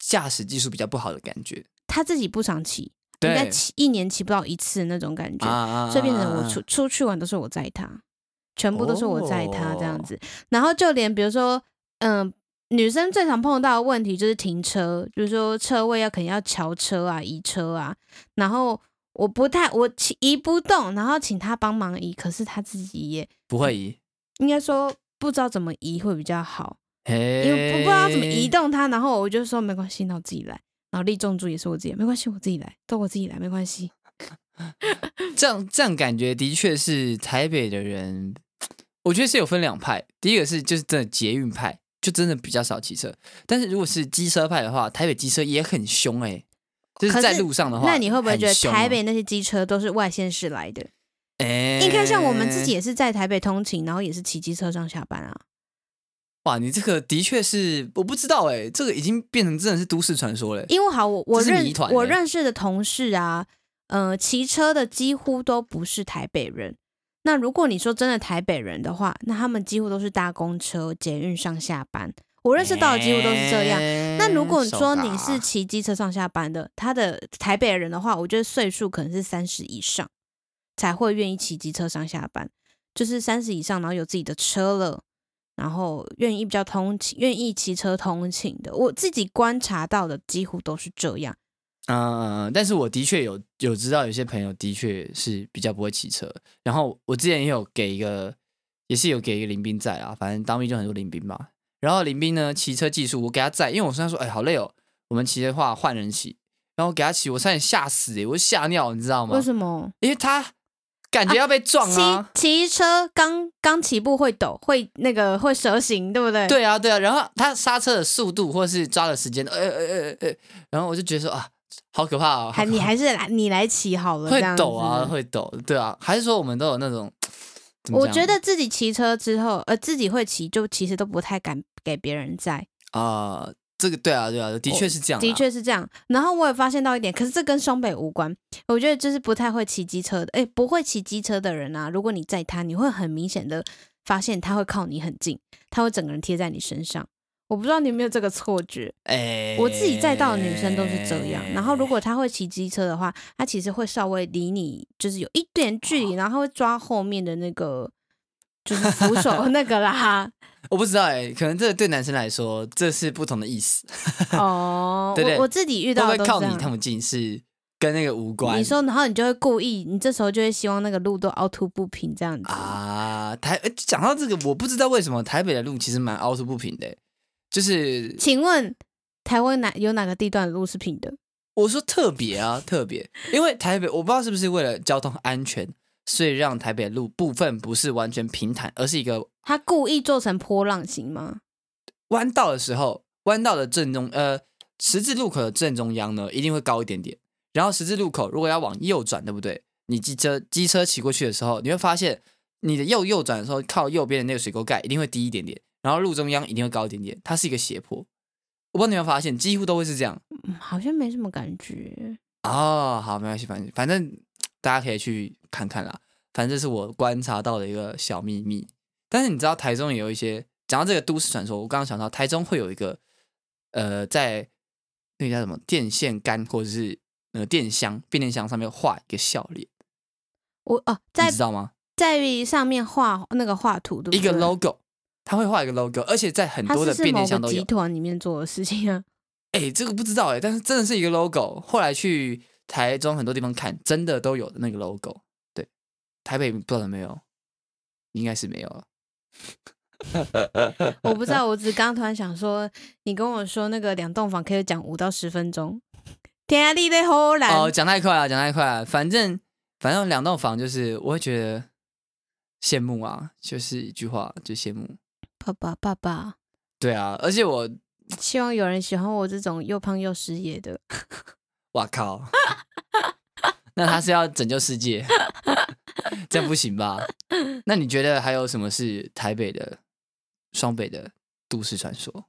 [SPEAKER 1] 驾驶技术比较不好的感觉。
[SPEAKER 2] 他自己不常骑，应
[SPEAKER 1] 对
[SPEAKER 2] 该骑一年骑不到一次那种感觉，
[SPEAKER 1] 啊啊啊
[SPEAKER 2] 所以变成我
[SPEAKER 1] 啊
[SPEAKER 2] 出出去玩都是我载他，全部都是我载他这样
[SPEAKER 1] 哦
[SPEAKER 2] 子。然后就连比如说，嗯、女生最常碰到的问题就是停车，比如说车位要肯定要桥车啊、移车啊，然后。我不太我骑移不动，然后请他帮忙移，可是他自己也
[SPEAKER 1] 不会移，
[SPEAKER 2] 应该说不知道怎么移会比较好，因
[SPEAKER 1] 嘿，
[SPEAKER 2] 为不不知道怎么移。动它，然后我就说没关系，那我自己来。然后立重柱也是我自己，没关系，我自己来，都我自己来，没关系。
[SPEAKER 1] 这样这样感觉的确是台北的人，我觉得是有分两派。第一个是就是真的捷运派，就真的比较少骑车。但是如果是机车派的话，台北机车也很凶哎、就是
[SPEAKER 2] 可
[SPEAKER 1] 在
[SPEAKER 2] 是
[SPEAKER 1] 路上的话，
[SPEAKER 2] 那你会不会
[SPEAKER 1] 很
[SPEAKER 2] 觉得
[SPEAKER 1] 凶
[SPEAKER 2] 台
[SPEAKER 1] 哦
[SPEAKER 2] 北？那些机车都是外县市来的？
[SPEAKER 1] 哎，
[SPEAKER 2] 你看，像我们自己也是在台北通勤，然后也是骑机车上下班啊。
[SPEAKER 1] 哇，你这个的确是我不知道哎、这个已经变成真的是都市传说了、
[SPEAKER 2] 因为好，我我
[SPEAKER 1] 这是
[SPEAKER 2] 认
[SPEAKER 1] 谜团欸
[SPEAKER 2] 我认识的同事啊，呃，骑车的几乎都不是台北人。那如果你说真的台北人的话，那他们几乎都是搭公车、捷运上下班。我认识到的几乎都是这样。
[SPEAKER 1] 哎
[SPEAKER 2] 那如果你
[SPEAKER 1] 手
[SPEAKER 2] 说
[SPEAKER 1] 嘎
[SPEAKER 2] 你是骑机车上下班的，他的台北人的话，我觉得岁数可能是三十以上才会愿意骑机车上下班，就是三十以上，然后有自己的车了，然后愿意比较通勤，愿意骑车通勤的，我自己观察到的几乎都是这样。
[SPEAKER 1] 嗯，但是我的确有有知道有些朋友的确是比较不会骑车，然后我之前也有给一个，也是有给一个林兵在啊，反正当兵就很多林兵嘛。然后林兵呢，骑车技术我给他在，因为我跟他说，哎、好累哦，我们骑的话换人骑，然后我给他骑，我差点吓死、欸，我吓尿，你知道吗
[SPEAKER 2] 为？什么？
[SPEAKER 1] 因为他感觉要被撞
[SPEAKER 2] 骑
[SPEAKER 1] 啊，
[SPEAKER 2] 骑车刚刚起步会抖，会那个会蛇行，对不对？，
[SPEAKER 1] 对啊，对啊，然后他刹车的速度或是抓的时间，呃呃呃呃，然后我就觉得说啊，好可怕哦，好
[SPEAKER 2] 还
[SPEAKER 1] 可
[SPEAKER 2] 你
[SPEAKER 1] 怕
[SPEAKER 2] 还是来你来骑好了，
[SPEAKER 1] 会
[SPEAKER 2] 这样
[SPEAKER 1] 抖啊，
[SPEAKER 2] 子
[SPEAKER 1] 会抖，对啊，还是说我们都有那种，怎么
[SPEAKER 2] 我
[SPEAKER 1] 讲
[SPEAKER 2] 觉得自己骑车之后，呃，自己会骑，就其实都不太敢给别人载，
[SPEAKER 1] 啊、这个对啊，对啊，的确是这样、
[SPEAKER 2] 的，确是这样。然后我也发现到一点，可是这跟双北无关。我觉得就是不太会骑机车的，哎，不会骑机车的人啊，如果你载他，你会很明显的发现他会靠你很近，他会整个人贴在你身上。我不知道你有没有这个错觉，
[SPEAKER 1] 哎，
[SPEAKER 2] 我自己载到的女生都是这样。然后如果她会骑机车的话，她其实会稍微离你就是有一点距
[SPEAKER 1] 哦
[SPEAKER 2] 离，然后她会抓后面的那个就是扶手 那个啦，
[SPEAKER 1] 我不知道哎、可能这对男生来说这是不同的意思，
[SPEAKER 2] 哦，
[SPEAKER 1] 对对
[SPEAKER 2] 我我自己遇
[SPEAKER 1] 会不
[SPEAKER 2] 到
[SPEAKER 1] 会
[SPEAKER 2] 的都是
[SPEAKER 1] 靠
[SPEAKER 2] 这
[SPEAKER 1] 你
[SPEAKER 2] 样。
[SPEAKER 1] 他们近是跟那个无关？
[SPEAKER 2] 你说，然后你就会故意，你这时候就会希望那个路都凹凸不平这样子。
[SPEAKER 1] 啊，台呃讲到这个，我不知道为什么台北的路其实蛮凹凸不平的欸、就是
[SPEAKER 2] 请问台湾哪有哪个地段的路是平的？
[SPEAKER 1] 我说特别啊，特别，因为台北我不知道是不是为了交通安全，所以让台北的路部分不是完全平坦，而是一个
[SPEAKER 2] 他故意做成波浪形吗？
[SPEAKER 1] 弯道的时候，弯道的正中呃十字路口的正中央呢，一定会高一点点。然后十字路口如果要往右转，对不对？你机车机车骑过去的时候，你会发现你的右右转的时候，靠右边的那个水沟盖一定会低一点点，然后路中央一定会高一点点，它是一个斜坡。我不知道你有没有发现，几乎都会是这样。
[SPEAKER 2] 嗯好像没什么感觉。
[SPEAKER 1] 哦，好，没关系，反正反正大家可以去看看啦。反正这是我观察到的一个小秘密。但是你知道台中也有一些，讲到这个都市传说，我刚刚想到台中会有一个，呃，在那个叫什么电线杆或者是那个电箱变电箱上面画一个笑脸，
[SPEAKER 2] 我哦，
[SPEAKER 1] 你
[SPEAKER 2] 在
[SPEAKER 1] 知道吗？
[SPEAKER 2] 在上面画那个画图，对不对？
[SPEAKER 1] 一个 logo，他会画一个 logo，而且在很
[SPEAKER 2] 它
[SPEAKER 1] 多
[SPEAKER 2] 是
[SPEAKER 1] 的
[SPEAKER 2] 是
[SPEAKER 1] 变
[SPEAKER 2] 某
[SPEAKER 1] 电箱
[SPEAKER 2] 个
[SPEAKER 1] 都
[SPEAKER 2] 集
[SPEAKER 1] 有。
[SPEAKER 2] 团里面做的事 情啊。
[SPEAKER 1] 哎、这个不知道哎、但是真的是一个 logo。后来去台中很多地方看，真的都有那个 logo。对，台北不知道有没有，应该是没有了。
[SPEAKER 2] 我不知道，我只是刚刚突然想说，你跟我说那个两栋房可以讲五到十分钟， 天啊，你在好难。
[SPEAKER 1] 哦，讲太快了，讲太快了。反正反正两栋房就是，我会觉得羡慕啊，就是一句话就羡慕。
[SPEAKER 2] 爸爸，爸爸，
[SPEAKER 1] 对啊，而且我
[SPEAKER 2] 希望有人喜欢我这种又胖又失业的。
[SPEAKER 1] 哇靠， 那他是要拯救世界， 这样不行吧？那你觉得还有什么是台北的、双北的都市传说？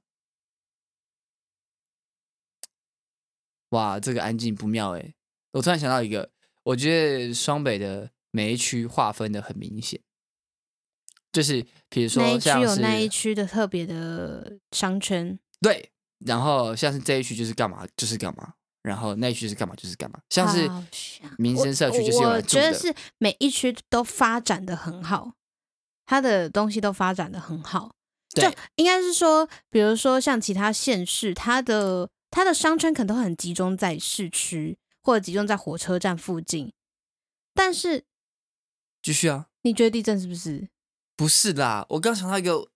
[SPEAKER 1] 哇，这个安静不妙哎、我突然想到一个，我觉得双北的每一区划分的很明显，就是比如
[SPEAKER 2] 那
[SPEAKER 1] 说
[SPEAKER 2] 一区
[SPEAKER 1] 像
[SPEAKER 2] 有
[SPEAKER 1] 是
[SPEAKER 2] 那一区的特别的商圈，
[SPEAKER 1] 对，然后像是这一区就是干嘛就是干嘛，然后那一区是干嘛就是干嘛，像是
[SPEAKER 2] 好像
[SPEAKER 1] 民生社区就是
[SPEAKER 2] 我
[SPEAKER 1] 用
[SPEAKER 2] 我
[SPEAKER 1] 来
[SPEAKER 2] 我
[SPEAKER 1] 住
[SPEAKER 2] 觉得
[SPEAKER 1] 的。
[SPEAKER 2] 是每一区都发展的很好，它的东西都发展的很好。就
[SPEAKER 1] 对
[SPEAKER 2] 应该是说，比如说像其他县市，它的它的商圈可能都很集中在市区或者集中在火车站附近，但是
[SPEAKER 1] 继续啊，
[SPEAKER 2] 你觉得地震是不是？
[SPEAKER 1] 不是啦，我刚想到一个，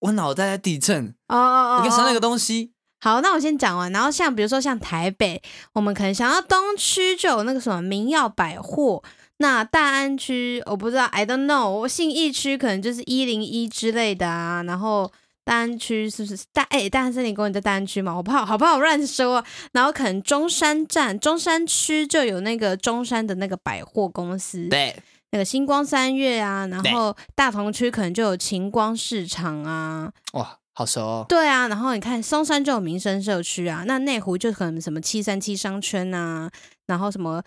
[SPEAKER 1] 我脑袋在地震，
[SPEAKER 2] 哦哦
[SPEAKER 1] 我刚想到一个
[SPEAKER 2] 哦。
[SPEAKER 1] 东西，
[SPEAKER 2] 好，那我先讲完。然后像比如说像台北，我们可能想到东区就有那个什么明耀百货，那大安区我不知道，I don't know。信义区可能就是一零一之类的啊，然后大安区是不是大哎、大安森林公园在大安区嘛？我不好好不好乱说、啊。然后可能中山站中山区就有那个中山的那个百货公司，
[SPEAKER 1] 对，
[SPEAKER 2] 那个星光三月啊，然
[SPEAKER 1] 对
[SPEAKER 2] 后大同区可能就有晴光市场啊，
[SPEAKER 1] 哇，好熟哦，
[SPEAKER 2] 对啊，然后你看松山就有民生社区啊，那内湖就可能什么七三七商圈啊，然后什么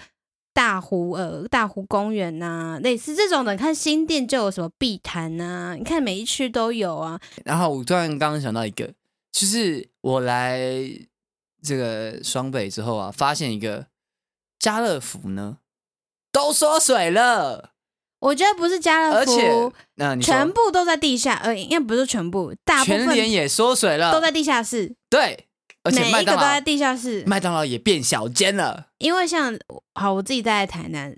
[SPEAKER 2] 大湖呃大湖公园呐、类似这种的。你看新店就有什么碧潭呐、你看每一区都有啊。
[SPEAKER 1] 然后我突然刚刚想到一个，就是我来这个双北之后啊，发现一个家乐福呢都缩水了，
[SPEAKER 2] 我觉得不是家乐
[SPEAKER 1] 而且
[SPEAKER 2] 福，
[SPEAKER 1] 那、你说
[SPEAKER 2] 全部都在地下，呃，应该不是全部，大部
[SPEAKER 1] 全联
[SPEAKER 2] 分
[SPEAKER 1] 也缩水了，
[SPEAKER 2] 都在地下室，
[SPEAKER 1] 对，而且
[SPEAKER 2] 每
[SPEAKER 1] 麦
[SPEAKER 2] 一个
[SPEAKER 1] 当
[SPEAKER 2] 都在
[SPEAKER 1] 劳
[SPEAKER 2] 地下室。
[SPEAKER 1] 麦当劳也变小间了，
[SPEAKER 2] 因为像好，我自己在台南，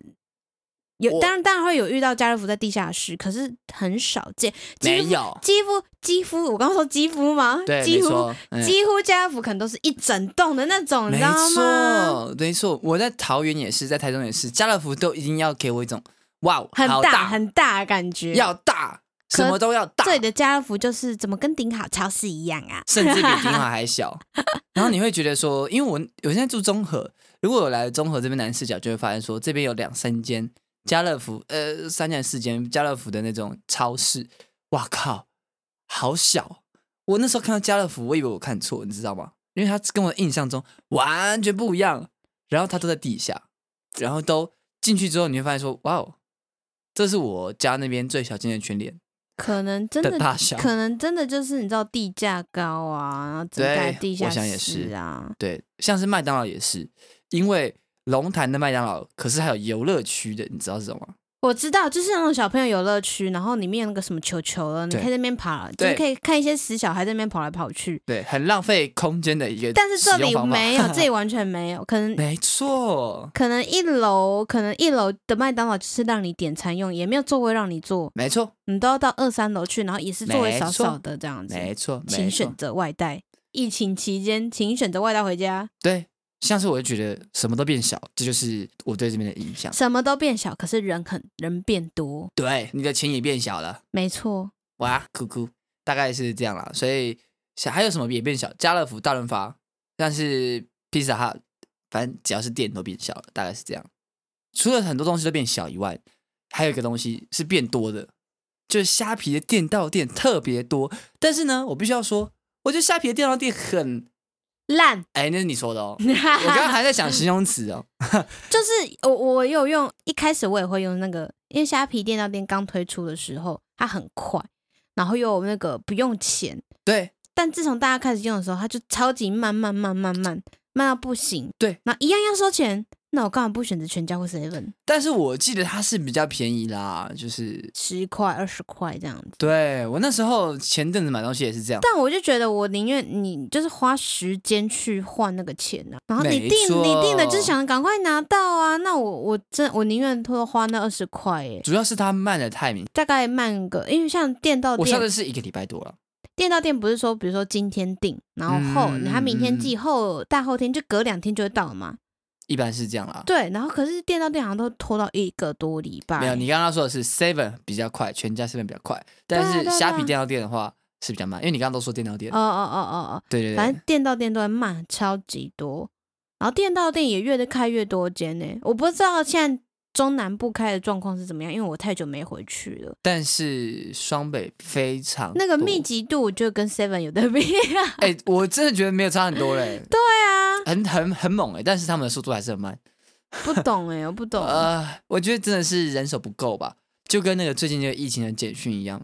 [SPEAKER 2] 有
[SPEAKER 1] 我
[SPEAKER 2] 当然当然会有遇到家乐福在地下室，可是很少见，几
[SPEAKER 1] 没
[SPEAKER 2] 乎
[SPEAKER 1] 有，
[SPEAKER 2] 肌肤肌肤，我刚刚说肌肤吗？
[SPEAKER 1] 对，
[SPEAKER 2] 肌
[SPEAKER 1] 没
[SPEAKER 2] 肤
[SPEAKER 1] 错，嗯
[SPEAKER 2] 几乎家乐福可能都是一整栋的那种，你
[SPEAKER 1] 没
[SPEAKER 2] 知道吗？
[SPEAKER 1] 错，没错，我在桃园也是，在台中也是，家乐福都一定要给我一种哇，哦
[SPEAKER 2] 很
[SPEAKER 1] 好
[SPEAKER 2] 大很大的感觉。
[SPEAKER 1] 要大，
[SPEAKER 2] 可
[SPEAKER 1] 什么都要大，
[SPEAKER 2] 这里的家乐福就是怎么跟顶好超市一样啊？
[SPEAKER 1] 甚至比顶好还小。 然后你会觉得说，因为我我现在住中和，如果我来中和这边南视角，就会发现说这边有两三间家乐福，呃，三间四间家乐福的那种超市，哇靠，好小！我那时候看到家乐福，我以为我看错，你知道吗？因为它跟我的印象中完全不一样。然后它都在地下，然后都进去之后，你会发现说，哇哦，这是我家那边最小间的全联
[SPEAKER 2] 可能真
[SPEAKER 1] 的
[SPEAKER 2] 的，
[SPEAKER 1] 大小。
[SPEAKER 2] 可能真的就是你知道地价高啊，然后整个
[SPEAKER 1] 对
[SPEAKER 2] 地下
[SPEAKER 1] 我想也是
[SPEAKER 2] 室啊，
[SPEAKER 1] 对，像是麦当劳也是，因为龙潭的麦当劳可是还有游乐区的，你知道是什么吗？
[SPEAKER 2] 我知道，就是那种小朋友游乐区，然后里面有那个什么球球了，你
[SPEAKER 1] 对
[SPEAKER 2] 可以在那边爬，就
[SPEAKER 1] 对
[SPEAKER 2] 是可以看一些死小孩在那边跑来 跑去。
[SPEAKER 1] 对，很浪费空间的一个，
[SPEAKER 2] 但是这里没有，这里，完全没有，可能
[SPEAKER 1] 没错，
[SPEAKER 2] 可能一楼，可能一楼的麦当劳就是让你点餐用，也没有座位让你坐，
[SPEAKER 1] 没错，
[SPEAKER 2] 你都要到二三楼去，然后也是座位
[SPEAKER 1] 没
[SPEAKER 2] 少
[SPEAKER 1] 错
[SPEAKER 2] 少的这样子。
[SPEAKER 1] 没错，没
[SPEAKER 2] 请选
[SPEAKER 1] 错，
[SPEAKER 2] 择外带。疫情期间，请选择外带回家，
[SPEAKER 1] 对。像是我就觉得什么都变小，这就是我对这边的印象。
[SPEAKER 2] 什么都变小，可是人很人变多，
[SPEAKER 1] 对，你的钱也变小了，
[SPEAKER 2] 没错。
[SPEAKER 1] 哇，哭哭，大概是这样啦。所以想还有什么也变小？家乐福、大润发，但是披萨哈，反正只要是店都变小了，大概是这样。除了很多东西都变小以外，还有一个东西是变多的，就是虾皮的店到店特别多。但是呢，我必须要说，我觉得虾皮的店到店很……
[SPEAKER 2] 烂，。
[SPEAKER 1] 哎、那是你说的哦我刚刚还在想形容词哦，
[SPEAKER 2] 就是我我有用，一开始我也会用那个，因为虾皮电到店刚推出的时候，它很快，然后又有那个不用钱，
[SPEAKER 1] 对
[SPEAKER 2] 但自从大家开始用的时候，它就超级慢慢慢慢慢慢到不行，
[SPEAKER 1] 对，
[SPEAKER 2] 那一样要收钱，那我干嘛不选择全家或 seven
[SPEAKER 1] 但是我记得它是比较便宜啦，就是
[SPEAKER 2] 十块二十块这样子？
[SPEAKER 1] 对我那时候前阵子买东西也是这样，
[SPEAKER 2] 但我就觉得，我宁愿你就是花时间去换那个钱呢、然后你
[SPEAKER 1] 没
[SPEAKER 2] 定
[SPEAKER 1] 错
[SPEAKER 2] 你定了，就是想赶快拿到啊。那我我真我宁愿多花那二十块耶，
[SPEAKER 1] 主要是它慢的太明，
[SPEAKER 2] 大概慢个，因为像店到
[SPEAKER 1] 我上的
[SPEAKER 2] 店，
[SPEAKER 1] 是一个礼拜多了，后
[SPEAKER 2] 店到店不是说，比如说今天定，然后后、
[SPEAKER 1] 嗯
[SPEAKER 2] 他明天
[SPEAKER 1] 嗯
[SPEAKER 2] 寄，后大后天就隔两天就会到了嘛。
[SPEAKER 1] 一般是这样啦。
[SPEAKER 2] 对，啊然后可是店到店好像都拖到一个多礼拜。
[SPEAKER 1] 没有，你刚刚说的是 Seven 比较快，全家 Seven 比较快，但
[SPEAKER 2] 对啊
[SPEAKER 1] 是
[SPEAKER 2] 对啊
[SPEAKER 1] 虾
[SPEAKER 2] 对
[SPEAKER 1] 皮
[SPEAKER 2] 啊
[SPEAKER 1] 电脑店的话是比较慢，因为你刚刚都说电脑店，
[SPEAKER 2] 哦哦哦哦
[SPEAKER 1] 对对
[SPEAKER 2] 哦，
[SPEAKER 1] 对，
[SPEAKER 2] 反正店到店都会慢，超级多。然后店到店也越的开越多间呢、我不知道现在中南部开的状况是怎么样，因为我太久没回去了。
[SPEAKER 1] 但是双北非常
[SPEAKER 2] 那个
[SPEAKER 1] 多
[SPEAKER 2] 密，集度就跟 Seven 有的比 啊。
[SPEAKER 1] 哎、我真的觉得没有差很多嘞，对，
[SPEAKER 2] 对啊，
[SPEAKER 1] 很很很猛哎、但是他们的速度还是很慢，
[SPEAKER 2] 不懂哎、我不懂。
[SPEAKER 1] 呃，我觉得真的是人手不够吧，就跟那个最近这个疫情的简讯一样，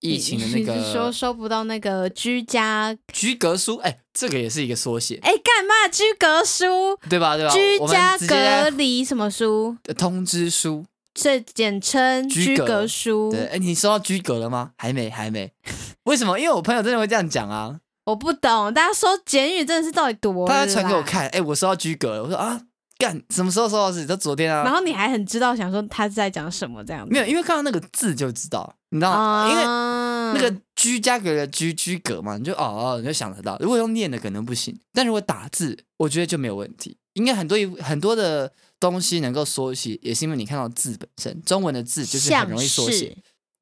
[SPEAKER 1] 疫情的那
[SPEAKER 2] 你是说
[SPEAKER 1] 个
[SPEAKER 2] 收不到那个居家
[SPEAKER 1] 居格书，哎、这个也是一个缩写，
[SPEAKER 2] 哎，干嘛居隔书、
[SPEAKER 1] 对吧？对吧？啊
[SPEAKER 2] 居
[SPEAKER 1] 我们
[SPEAKER 2] 家
[SPEAKER 1] 直
[SPEAKER 2] 隔
[SPEAKER 1] 接
[SPEAKER 2] 离什么书？
[SPEAKER 1] 呃通知书，
[SPEAKER 2] 这简称
[SPEAKER 1] 居
[SPEAKER 2] 居
[SPEAKER 1] 隔
[SPEAKER 2] 隔书
[SPEAKER 1] 对，。哎、你收到居格了吗？还没，还没。 为什么？因为我朋友真的会这样讲啊，
[SPEAKER 2] 我不懂，大家说简语真的是到底多？
[SPEAKER 1] 他会传给我，看，哎、我收到居格了，我说啊，干，什么时候收到的？他昨天啊
[SPEAKER 2] 然，后你还很知道想说他是在讲什么这样子。
[SPEAKER 1] 没有，因为看到那个字就知道，你知道吗？
[SPEAKER 2] 啊，
[SPEAKER 1] 因为那个居加格的居居格嘛，你就哦哦，你就想得到。如果用念的可能不行，但如果打字，我觉得就没有问题。应该很多很多的东西能够缩写，也是因为你看到字本身，中文的字就是很容易缩写。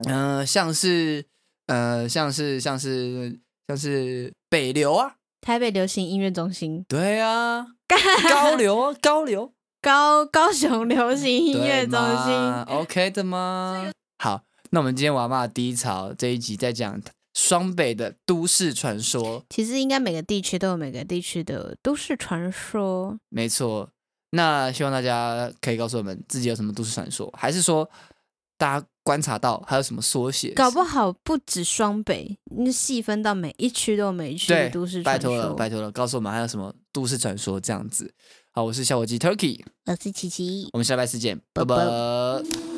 [SPEAKER 1] 嗯、呃，像是呃，像是像是像是北流啊，
[SPEAKER 2] 台北流行音乐中心、
[SPEAKER 1] 对 啊，高流啊，高流
[SPEAKER 2] 高高雄流行音乐中
[SPEAKER 1] 对嘛
[SPEAKER 2] 心，
[SPEAKER 1] ，OK 的吗？好，那我们今天娃娃的低潮这一集再讲双北的都市传说。
[SPEAKER 2] 其实应该每个地区都有每个地区的都市传说。
[SPEAKER 1] 没错，那希望大家可以告诉我们自己有什么都市传说，还是说大家观察到还有什么缩写？
[SPEAKER 2] 搞不好不止双北，你细分到每一区都有每一区
[SPEAKER 1] 对
[SPEAKER 2] 的都市
[SPEAKER 1] 拜
[SPEAKER 2] 传
[SPEAKER 1] 托了，
[SPEAKER 2] 说。
[SPEAKER 1] 拜托了，告诉我们还有什么都市传说这样子。好，我是小火鸡 Turkey，
[SPEAKER 2] 我是琪琪
[SPEAKER 1] 我，们下礼拜四见，
[SPEAKER 2] 拜
[SPEAKER 1] 拜拜